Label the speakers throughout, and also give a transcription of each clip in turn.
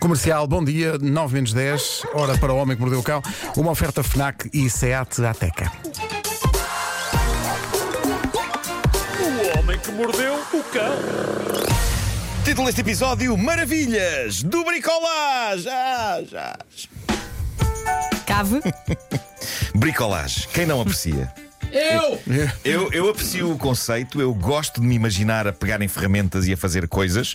Speaker 1: Comercial, bom dia, 9 menos 10, hora para o Homem que Mordeu o Cão, uma oferta FNAC e SEAT Ateca.
Speaker 2: O homem que mordeu o cão.
Speaker 3: Título deste episódio: Maravilhas do Bricolage! Ah, já.
Speaker 4: Cave,
Speaker 3: Bricolage, quem não aprecia? Eu, eu aprecio o conceito, eu gosto de me imaginar a pegar em ferramentas e a fazer coisas.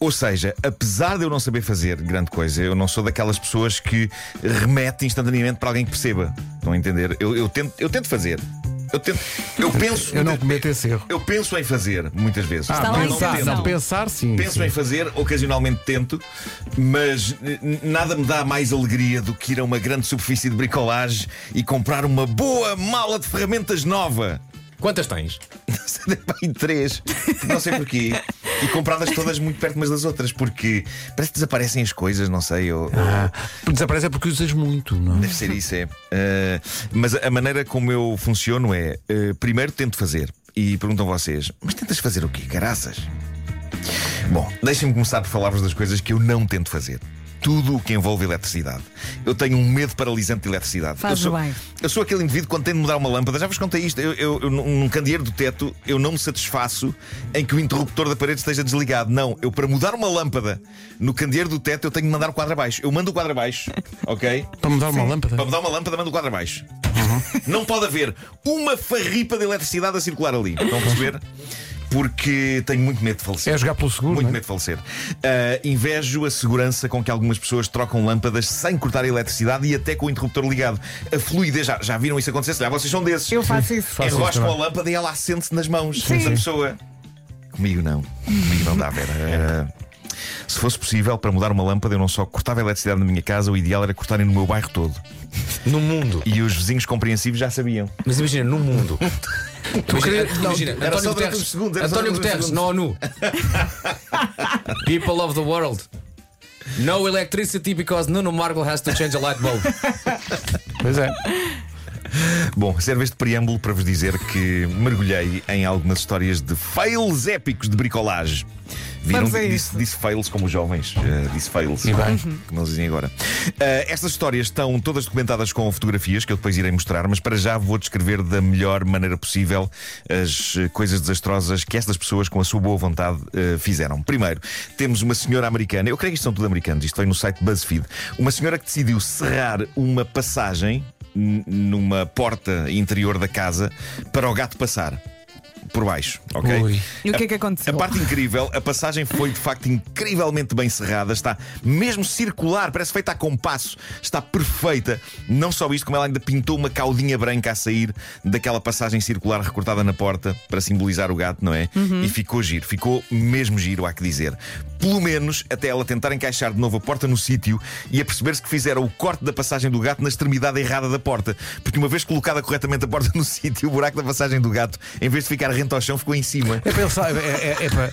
Speaker 3: Ou seja, apesar de eu não saber fazer grande coisa, eu não sou daquelas pessoas que remete instantaneamente para alguém que perceba. Estão a entender? Eu, eu tento, eu tento fazer. Eu, tento, eu penso.
Speaker 1: Eu não cometo esse erro. Ah,
Speaker 3: Eu penso em fazer, muitas vezes.
Speaker 4: Está lá
Speaker 3: Eu
Speaker 4: em
Speaker 3: não
Speaker 4: casa.
Speaker 3: tento.
Speaker 1: pensar, não, pensar sim.
Speaker 3: Penso em fazer, ocasionalmente tento, mas n- nada me dá mais alegria do que ir a uma grande superfície de bricolagem e comprar uma boa mala de ferramentas nova.
Speaker 5: Quantas tens?
Speaker 3: Em três, não sei porquê. E compradas todas muito perto umas das outras, porque parece que desaparecem as coisas, não sei. Ou,
Speaker 1: Ah, desaparece é porque usas muito, não é?
Speaker 3: Deve ser isso, é. Ah, mas a maneira como eu funciono é: ah, primeiro tento fazer. E perguntam vocês, mas tentas fazer o quê? Caraças? Bom, deixem-me começar por falar-vos das coisas que eu não tento fazer. Tudo o que envolve eletricidade. Eu tenho um medo paralisante de eletricidade.
Speaker 4: Fazes
Speaker 3: eu sou,
Speaker 4: bem.
Speaker 3: Eu sou aquele indivíduo que quando tento mudar uma lâmpada, já vos contei isto. Eu, eu- eu, num candeeiro do teto, eu não me satisfaço em que o interruptor da parede esteja desligado. Não, eu para mudar uma lâmpada no candeeiro do teto, eu tenho de mandar o quadro abaixo. Eu mando o quadro abaixo, ok?
Speaker 1: Para mudar uma lâmpada.
Speaker 3: Para mudar uma lâmpada, manda o quadro abaixo.
Speaker 1: Uhum.
Speaker 3: Não pode haver uma farripa de eletricidade a circular ali. Estão a perceber? Porque tenho muito medo de falecer.
Speaker 1: É jogar pelo seguro,
Speaker 3: Muito
Speaker 1: não é?
Speaker 3: medo de falecer. Ah, invejo a segurança com que algumas pessoas trocam lâmpadas sem cortar a eletricidade e até com o interruptor ligado. A fluidez, já, já viram isso acontecer? Já vocês são desses.
Speaker 4: eu faço isso.
Speaker 1: Faço isso
Speaker 3: Enroscam a
Speaker 1: também.
Speaker 3: lâmpada e ela acende-se nas mãos. Essa pessoa. Comigo não. Comigo não dá, Vera. Era- Se fosse possível, para mudar uma lâmpada, eu não só cortava a eletricidade na minha casa, o ideal era cortarem no meu bairro todo.
Speaker 5: No mundo.
Speaker 3: E os vizinhos compreensivos já sabiam.
Speaker 5: Mas imagina, no mundo. imagina, imagina,
Speaker 3: era só
Speaker 5: António
Speaker 3: durante uns
Speaker 5: Guterres.
Speaker 3: segundos, era só
Speaker 5: António
Speaker 3: durante uns
Speaker 5: Guterres, na
Speaker 3: segundos.
Speaker 5: ONU. People of the world. No electricity because Nuno Margle has to change a light bulb.
Speaker 1: Pois é.
Speaker 3: Bom, serve este preâmbulo para vos dizer que mergulhei em algumas histórias de fails épicos de bricolagem. Viram
Speaker 4: Vamos a
Speaker 3: que
Speaker 4: isso.
Speaker 3: disse, disse fails como os jovens. eh, disse fails. E bem. Como eles dizem agora. Eh, estas histórias estão todas documentadas com fotografias que eu depois irei mostrar, mas para já vou descrever da melhor maneira possível as eh, coisas desastrosas que estas pessoas, com a sua boa vontade, eh, fizeram. Primeiro, temos uma senhora americana, eu creio que isto são tudo americanos, isto foi no site BuzzFeed. Uma senhora que decidiu serrar uma passagem n- numa porta interior da casa para o gato passar. Por baixo, ok?
Speaker 1: Ui.
Speaker 4: E o que é que
Speaker 3: A
Speaker 4: aconteceu?
Speaker 3: parte incrível, a passagem foi de facto incrivelmente bem cerrada, está mesmo circular, parece feita a compasso, está perfeita. Não só isto, como ela ainda pintou uma caudinha branca a sair daquela passagem circular recortada na porta para simbolizar o gato, não é? E ficou giro, ficou mesmo giro, há que dizer. Pelo menos até ela tentar encaixar de novo a porta no sítio e a perceber-se que fizeram o corte da passagem do gato na extremidade errada da porta. Porque uma vez colocada corretamente a porta no sítio, o buraco da passagem do gato, em vez de ficar rente ao chão, ficou em cima.
Speaker 1: É pensar, é, é, é, para-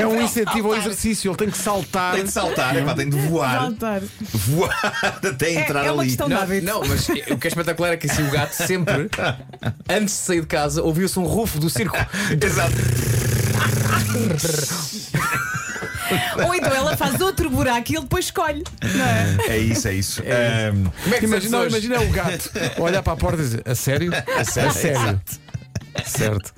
Speaker 1: é um incentivo ao exercício, ele tem que saltar.
Speaker 3: Tem de saltar, é pá, tem de voar.
Speaker 4: Saltar.
Speaker 3: Voar até entrar
Speaker 4: é uma
Speaker 3: ali.
Speaker 4: questão de
Speaker 5: Não,
Speaker 4: hábito.
Speaker 5: não, mas o que é espetacular é que assim o gato sempre, antes de sair de casa, ouviu-se um rufo do circo.
Speaker 3: Exato.
Speaker 4: Ou então ela faz outro buraco e ele depois escolhe. Não é?
Speaker 3: É isso, é isso. Ahm,
Speaker 5: Como é que
Speaker 1: Imagina, não,
Speaker 5: sabes hoje?
Speaker 1: imagina o gato olhar para a porta e dizer: A sério? A sério? Certo.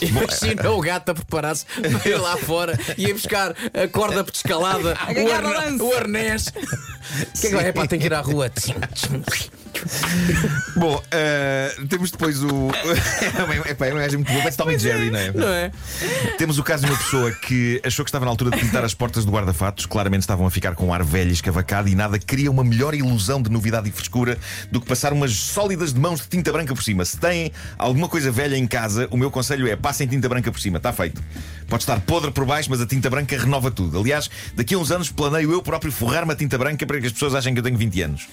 Speaker 5: Imagina o gato a preparar-se para ir lá fora e ir buscar a corda pescalada, o,
Speaker 4: ganhar
Speaker 5: arna-
Speaker 4: balanço.
Speaker 5: o arnés. O que é que vai? É pá, tem que ir à rua.
Speaker 3: bom, ah, temos depois o. é pá, é um gajo muito bom. Parece Tom e Jerry, não é?
Speaker 5: Não é?
Speaker 3: Temos o caso de uma pessoa que achou que estava na altura de pintar as portas do guarda-fatos. Claramente estavam a ficar com um ar velho e escavacado e nada cria uma melhor ilusão de novidade e frescura do que passar umas sólidas de mãos de tinta branca por cima. Se têm alguma coisa velha em casa, o meu conselho é passem tinta branca por cima. Está feito. Pode estar podre por baixo, mas a tinta branca renova tudo. Aliás, daqui a uns anos planeio eu próprio forrar uma tinta branca para que as pessoas achem que eu tenho 20 anos.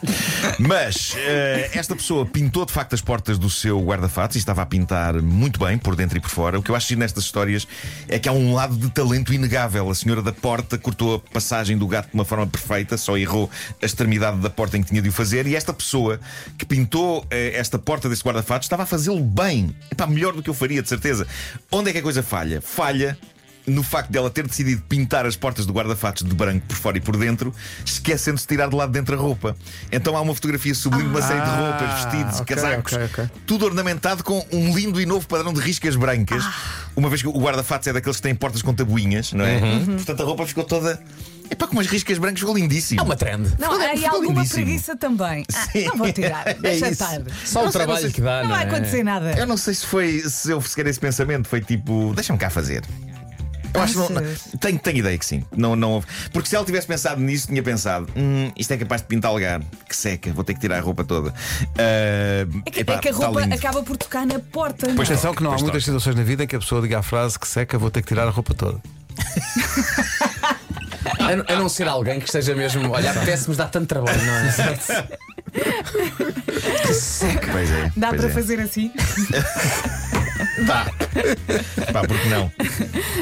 Speaker 3: Mas eh, esta pessoa pintou de facto as portas do seu guarda-fatos e estava a pintar muito bem, por dentro e por fora. O que eu acho giro nestas histórias é que há um lado de talento inegável. A senhora da porta cortou a passagem do gato de uma forma perfeita, só errou a extremidade da porta em que tinha de o fazer. E esta pessoa que pintou eh, esta porta desse guarda-fatos estava a fazê-lo bem. Epá, melhor do que eu faria, de certeza. Onde é que a coisa falha? Falha no facto dela ter decidido pintar as portas do guarda-fatos de branco por fora e por dentro, esquecendo-se de tirar de lado de dentro a roupa. Então há uma fotografia sublime de uma série de
Speaker 1: Ah,
Speaker 3: roupas, vestidos,
Speaker 1: ok,
Speaker 3: casacos,
Speaker 1: ok, ok.
Speaker 3: tudo ornamentado com um lindo e novo padrão de riscas brancas.
Speaker 4: Ah.
Speaker 3: Uma vez que o guarda-fatos é daqueles que têm portas com tabuinhas, não é?
Speaker 5: Uhum.
Speaker 3: Portanto, a roupa ficou toda. Epá, com umas riscas brancas, ficou lindíssimo.
Speaker 5: É uma trend.
Speaker 4: Não, há aí
Speaker 3: ficou
Speaker 4: alguma
Speaker 3: lindíssimo.
Speaker 4: preguiça também. Ah,
Speaker 3: Sim.
Speaker 4: não vou tirar. Deixa
Speaker 3: É isso.
Speaker 4: estar.
Speaker 5: Só o trabalho que dá,
Speaker 4: Não
Speaker 5: não,
Speaker 4: vai
Speaker 5: é?
Speaker 4: acontecer nada.
Speaker 3: Ah, Eu não sei se foi se eu sequer esse pensamento, foi tipo, deixa-me cá fazer. Eu
Speaker 4: Ah,
Speaker 3: acho que não,
Speaker 4: Achas?
Speaker 3: não- tenho, tenho ideia que sim. Não, não houve. Porque se ela tivesse pensado nisso, tinha pensado: hum, isto é capaz de pintalgar, que seca, vou ter que tirar a roupa toda. Ah,
Speaker 4: É que,
Speaker 3: epá,
Speaker 4: é que a
Speaker 3: está
Speaker 4: roupa
Speaker 3: lindo.
Speaker 4: acaba por tocar na porta. não é?
Speaker 3: Pois
Speaker 1: Atenção
Speaker 3: toca,
Speaker 1: que não há
Speaker 3: pois
Speaker 1: muitas
Speaker 3: toca.
Speaker 1: situações na vida em que a pessoa diga a frase que seca, vou ter que tirar a roupa toda.
Speaker 5: A, a não ser alguém que esteja mesmo. Olha, apetece-nos dar tanto trabalho, não é?
Speaker 3: Pois é,
Speaker 4: Dá
Speaker 3: pois
Speaker 4: para
Speaker 3: é.
Speaker 4: fazer assim?
Speaker 3: Dá. Pá, porque não?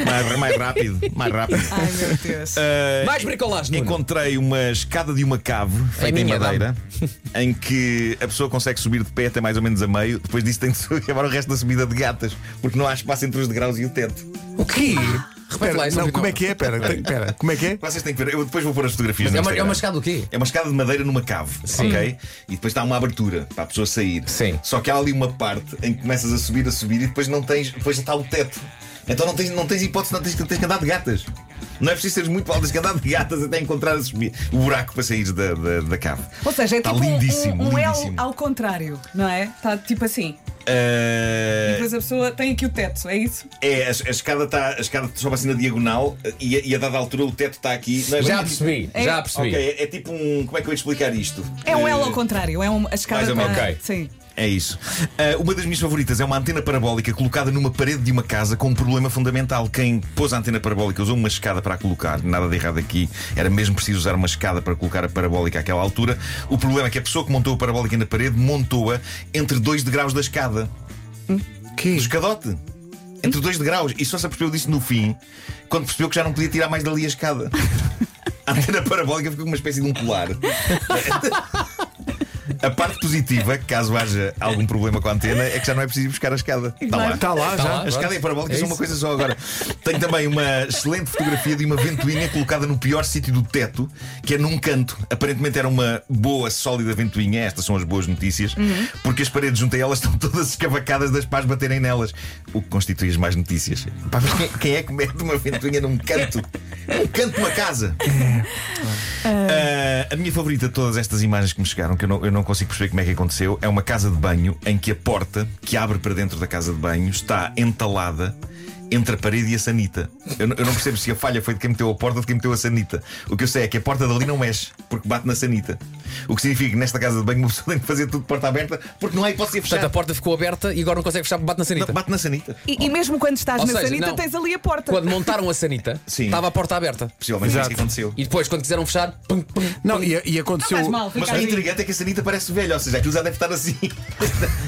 Speaker 3: Mais, mais rápido, mais rápido.
Speaker 4: Ai meu Deus.
Speaker 3: Ah,
Speaker 5: Mais bricolagem, Nuno.
Speaker 3: Encontrei uma escada de uma cave feita
Speaker 5: É minha,
Speaker 3: em madeira em que a pessoa consegue subir de pé até mais ou menos a meio. Depois disso, tem de acabar o resto da subida de gatas porque não há espaço entre os degraus e o teto.
Speaker 5: O quê? Repete lá
Speaker 1: Pera,
Speaker 5: isso.
Speaker 1: não,
Speaker 5: Nuno.
Speaker 1: como é que é? Pera, tem- pera, como é que é?
Speaker 3: Vocês têm que ver. Eu depois vou pôr as fotografias.
Speaker 5: Mas é
Speaker 3: no
Speaker 5: uma, é
Speaker 3: Instagram.
Speaker 5: uma escada do quê?
Speaker 3: É uma escada de madeira numa cave, ok? E depois dá uma abertura para a pessoa sair.
Speaker 5: Sim.
Speaker 3: Só que há ali uma parte em que começas a subir, a subir e depois não tens. Depois está o teto. Então não tens, não tens hipótese, não tens, tens que andar de gatas. Não é preciso seres muito alto, tens que andar de gatas até encontrar a subir- o buraco para sair da, da, da cave.
Speaker 4: Ou seja, é
Speaker 3: está
Speaker 4: tipo um-
Speaker 3: tá lindíssimo,
Speaker 4: um, um L
Speaker 3: lindíssimo.
Speaker 4: ao contrário, não é? Está tipo assim.
Speaker 3: Eh,
Speaker 4: Depois a pessoa tem aqui o teto, é isso?
Speaker 3: é, a, a escada está. A escada sobe assim na diagonal e, a- e a dada altura o teto está aqui. Não é
Speaker 5: Já
Speaker 3: bem-
Speaker 5: percebi,
Speaker 4: É-
Speaker 5: já percebi.
Speaker 3: Ok, é, é tipo um. Como é que eu ia explicar isto?
Speaker 4: É um
Speaker 3: Eh,
Speaker 4: L ao contrário, é um, a escada
Speaker 3: mais ou menos.
Speaker 4: para-
Speaker 5: Ok.
Speaker 4: Sim.
Speaker 3: É isso. Ah, uma das minhas favoritas é uma antena parabólica colocada numa parede de uma casa com um problema fundamental. Quem pôs a antena parabólica usou uma escada para a colocar. Nada de errado aqui. Era mesmo preciso usar uma escada para colocar a parabólica àquela altura. O problema é que a pessoa que montou a parabólica na parede montou-a entre dois degraus da escada.
Speaker 1: Que?
Speaker 3: Escadote. Entre dois degraus. E só se apercebeu disso no fim, quando percebeu que já não podia tirar mais dali a escada. A antena parabólica ficou com uma espécie de um colar. A parte positiva, caso haja algum problema com a antena, é que já não é preciso ir buscar a escada. Está lá.
Speaker 1: Está Tá lá
Speaker 5: Está
Speaker 1: já.
Speaker 5: lá.
Speaker 3: A escada e a parabólica
Speaker 5: É
Speaker 3: são
Speaker 5: isso.
Speaker 3: uma coisa só agora. Tenho também uma excelente fotografia de uma ventoinha colocada no pior sítio do teto, que é num canto. Aparentemente era uma boa, sólida ventoinha. Estas são as boas notícias, porque as paredes junto a elas estão todas escavacadas das pás baterem nelas, o que constitui as más notícias. Pá, mas quem, quem é que mete uma ventoinha num canto? Num canto de uma casa? Ah, a minha favorita de todas estas imagens que me chegaram, que eu não, eu não consigo perceber como é que aconteceu, é uma casa de banho em que a porta que abre para dentro da casa de banho está entalada entre a parede e a sanita. Eu, não- eu não percebo se a falha foi de quem meteu a porta ou de quem meteu a sanita. O que eu sei é que a porta dali não mexe, porque bate na sanita. O que significa que nesta casa de banho uma pessoa tem que fazer tudo de porta aberta, porque não há hipótese de
Speaker 5: Portanto,
Speaker 3: fechar.
Speaker 5: a porta ficou aberta e agora não consegue fechar, bate na sanita.
Speaker 3: Não, bate na sanita.
Speaker 4: E, e mesmo quando estás
Speaker 5: Ou
Speaker 4: na
Speaker 5: seja,
Speaker 4: sanita,
Speaker 5: não.
Speaker 4: tens ali a porta.
Speaker 5: Quando montaram a sanita,
Speaker 3: Sim.
Speaker 5: estava a porta aberta.
Speaker 3: Possivelmente é isso que
Speaker 1: Exato.
Speaker 3: aconteceu.
Speaker 5: E depois, quando quiseram fechar, pum, pum,
Speaker 1: Não, e, e aconteceu.
Speaker 4: Faz mal,
Speaker 3: Mas
Speaker 4: fica
Speaker 3: o
Speaker 4: ali.
Speaker 3: intrigante é que a sanita parece velha, ou seja, aquilo já deve estar assim.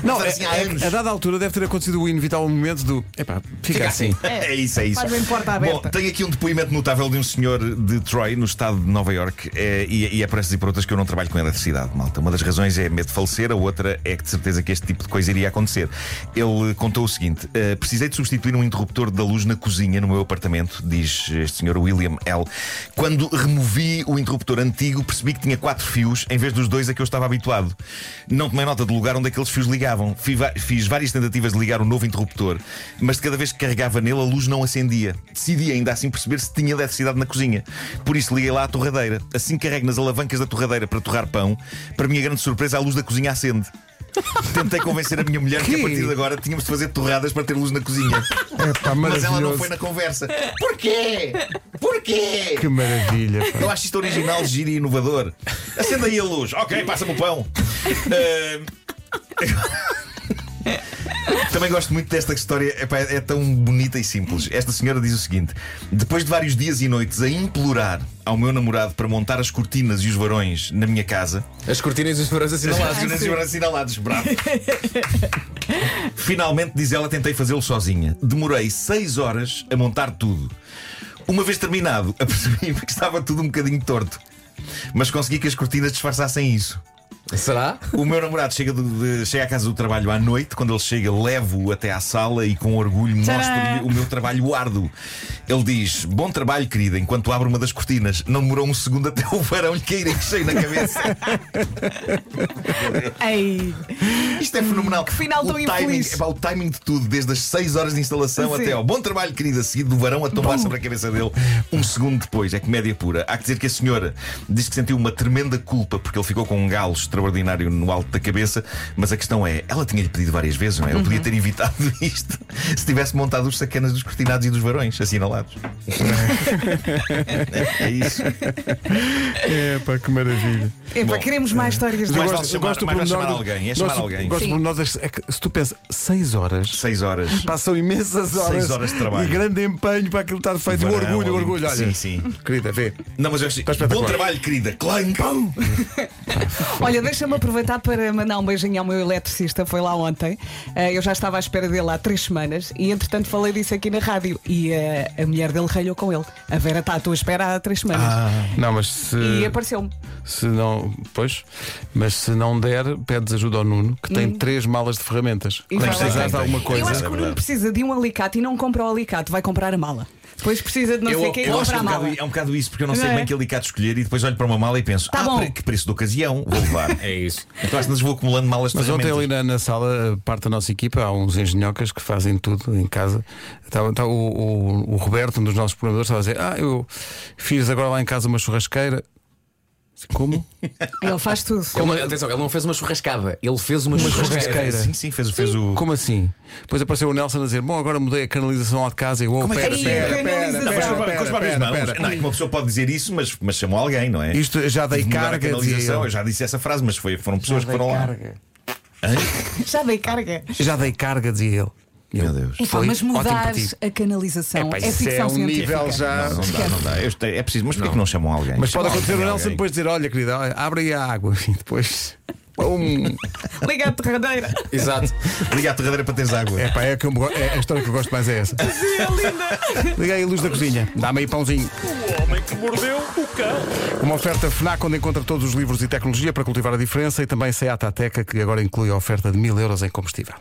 Speaker 1: Não,
Speaker 3: Estar
Speaker 1: é,
Speaker 3: assim há
Speaker 1: é-
Speaker 3: anos.
Speaker 1: a dada altura deve ter acontecido o inevitável momento do. Epá, fica, assim.
Speaker 5: fica assim.
Speaker 3: É isso, é isso.
Speaker 4: Faz bem porta aberta.
Speaker 3: Bom, tenho aqui um depoimento notável de um senhor de Troy, no estado de Nova York, e, e é por essas e por outras que eu não trabalho com eletricidade, malta. Uma das razões é medo de falecer, a outra é que de certeza que este tipo de coisa iria acontecer. Ele contou o seguinte: eh, precisei de substituir um interruptor da luz na cozinha no meu apartamento, diz este senhor William L. Quando removi o interruptor antigo, percebi que tinha quatro fios em vez dos dois a que eu estava habituado. Não tomei nota do lugar onde aqueles fios ligavam. Fiz va- Fiz várias tentativas de ligar o novo interruptor, mas de cada vez que carregava nele a luz não acendia. Decidi ainda assim perceber se tinha eletricidade na cozinha. Por isso liguei lá à torradeira. Assim que carrego nas alavancas da torradeira para torrar pão, para minha grande surpresa, a luz da cozinha acende. Tentei convencer a minha mulher que,
Speaker 1: Que?
Speaker 3: a partir de agora tínhamos de fazer torradas para ter luz na
Speaker 1: Epá,
Speaker 3: cozinha. assim. Mas ela não
Speaker 1: maravilhoso.
Speaker 3: foi na conversa. Porquê? Porquê?
Speaker 1: Que maravilha. pá.
Speaker 3: Eu acho isto original, giro e inovador. Acenda aí a luz. Ok, passa-me o pão. Ah, Também gosto muito desta história, Epá, é tão bonita e simples. Esta senhora diz o seguinte: depois de vários dias e noites a implorar ao meu namorado para montar as cortinas e os varões na minha casa,
Speaker 5: As cortinas e os verões assim
Speaker 3: as
Speaker 5: assinalados.
Speaker 3: cortinas e os varões assinalados, bravo. Finalmente, diz ela, tentei fazê-lo sozinha. Demorei seis horas a montar tudo. Uma vez terminado, apercebi-me que estava tudo um bocadinho torto. Mas consegui que as cortinas disfarçassem isso.
Speaker 5: Será?
Speaker 3: O meu namorado chega, do- de- chega à casa do trabalho à noite. Quando ele chega, levo-o até à sala e com orgulho mostro-lhe o meu trabalho árduo. Ele diz: Bom trabalho, querida, enquanto abre uma das cortinas. Não demorou um segundo até o varão lhe cair em cheio na cabeça.
Speaker 4: Ei,
Speaker 3: Isto é fenomenal. Que
Speaker 4: final tão
Speaker 3: o timing,
Speaker 4: infeliz.
Speaker 3: epá, o timing de tudo, desde as 6 horas de instalação
Speaker 4: Sim.
Speaker 3: até ao bom trabalho, querida, seguido do varão a tombar sobre a cabeça dele um segundo depois. É comédia pura. Há que dizer que a senhora diz que sentiu uma tremenda culpa porque ele ficou com um galo extraordinário no alto da cabeça, mas a questão é, ela tinha-lhe pedido várias vezes, não é? Ele podia
Speaker 4: Uhum.
Speaker 3: ter evitado isto se tivesse montado os sacanas dos cortinados e dos varões assinalados. é isso.
Speaker 1: Epá, que maravilha.
Speaker 4: epá,
Speaker 3: Bom,
Speaker 4: queremos mais
Speaker 3: mas
Speaker 4: histórias destas.
Speaker 3: vale chamar- mais vale chamar alguém, é chamar
Speaker 1: gosto,
Speaker 3: alguém.
Speaker 1: Gosto
Speaker 4: Sim.
Speaker 1: por nós, das- é que se tu pensas, 6 horas.
Speaker 3: 6 horas.
Speaker 4: Tá
Speaker 1: Passam imensas horas,
Speaker 3: Seis horas de trabalho.
Speaker 1: e grande empenho para aquilo estar feito.
Speaker 3: Varão,
Speaker 1: o orgulho, o
Speaker 3: ali.
Speaker 1: orgulho. Olha,
Speaker 3: Sim, sim.
Speaker 1: querida, vê.
Speaker 3: Não, mas eu acho. Bom
Speaker 1: espetacular.
Speaker 3: trabalho, querida. Clang, pão!
Speaker 4: Olha, deixa-me aproveitar para mandar um beijinho ao meu eletricista, foi lá ontem. Eh, eu já estava à espera dele há três semanas e, entretanto, falei disso aqui na rádio. E eh, a mulher dele ralhou com ele. A Vera está à tua espera há três semanas.
Speaker 3: Ah.
Speaker 1: Não, mas se,
Speaker 4: E é apareceu-me.
Speaker 1: se não. Pois, mas se não der, pedes ajuda ao Nuno, que tem três malas de ferramentas.
Speaker 4: Uhum. E
Speaker 1: Quando
Speaker 4: vai lá.
Speaker 1: precisares de
Speaker 3: É
Speaker 1: alguma
Speaker 4: Eu
Speaker 1: coisa.
Speaker 4: acho que o Nuno precisa de um alicate e não compra o alicate, vai comprar a mala. Depois precisa de não sei o que e
Speaker 3: eu acho
Speaker 4: compra
Speaker 3: que é
Speaker 4: a
Speaker 3: um,
Speaker 4: mala.
Speaker 3: bocado, é um bocado isso, porque eu não,
Speaker 4: Não
Speaker 3: sei
Speaker 4: é?
Speaker 3: bem que alicate escolher e depois olho para uma mala e penso,
Speaker 4: Tá
Speaker 3: ah,
Speaker 4: bom.
Speaker 3: pre- que preço de ocasião, vou levar.
Speaker 5: É isso.
Speaker 3: então às vezes vou acumulando malas de
Speaker 1: Mas ontem
Speaker 3: ferramentas.
Speaker 1: ali na, na sala, parte da nossa equipa, há uns engenhocas que fazem tudo em casa. Tá, tá, o, o- o Roberto, um dos nossos programadores, estava a dizer: Ah, eu fiz agora lá em casa uma churrasqueira. Como?
Speaker 4: Ele faz tudo.
Speaker 5: Ele, atenção, ele não fez uma churrascada, ele fez uma, churrasqueira.
Speaker 1: churrasqueira.
Speaker 3: Sim, sim, fez, fez o.
Speaker 1: Como assim? Depois apareceu o Nelson a dizer: Bom, agora mudei a canalização lá de casa e eu, oh,
Speaker 3: Como é que
Speaker 1: pera,
Speaker 3: era?
Speaker 1: pera,
Speaker 4: Ih, a
Speaker 1: pera,
Speaker 4: canalização.
Speaker 1: pera,
Speaker 3: Com as-
Speaker 1: pera,
Speaker 3: com as próprias
Speaker 1: pera,
Speaker 3: mãos.
Speaker 1: pera.
Speaker 3: Não, é que uma pessoa pode dizer isso, mas, mas chamou alguém, não é?
Speaker 1: Isto já dei
Speaker 3: Tive de mudar a
Speaker 1: carga, dizia
Speaker 3: canalização,
Speaker 1: eu.
Speaker 3: eu já disse essa frase, mas foi, foram pessoas que foram lá.
Speaker 4: Já dei carga.
Speaker 1: Já dei carga, dizia ele. E eu,
Speaker 3: Meu Deus.
Speaker 4: Epá,
Speaker 1: "Foi
Speaker 4: mas
Speaker 1: ótimo para
Speaker 4: mudar
Speaker 1: ti."
Speaker 4: a canalização
Speaker 1: Epá,
Speaker 4: é
Speaker 1: isso
Speaker 4: ficção
Speaker 1: é um
Speaker 4: científica.
Speaker 1: nível já.
Speaker 3: Não dá, não dá. Eu este- é preciso, mas porquê É que não chamam alguém?
Speaker 1: Mas pode
Speaker 3: Chamam
Speaker 1: acontecer o
Speaker 3: alguém,
Speaker 1: Nelson
Speaker 3: alguém.
Speaker 1: depois dizer: Olha, querida, olha, abre aí a água. E depois. Pum.
Speaker 4: Liga a torradeira.
Speaker 5: Exato.
Speaker 3: Liga à torradeira para teres água.
Speaker 1: É, pá, é, a que eu me go- é a história que eu gosto mais é essa.
Speaker 4: É linda.
Speaker 1: Liga aí a luz da cozinha. Dá-me aí pãozinho.
Speaker 2: O homem que mordeu o cão.
Speaker 1: Uma oferta FNAC onde encontra todos os livros e tecnologia para cultivar a diferença e também Seat Ateca, que agora inclui a oferta de mil euros em combustível.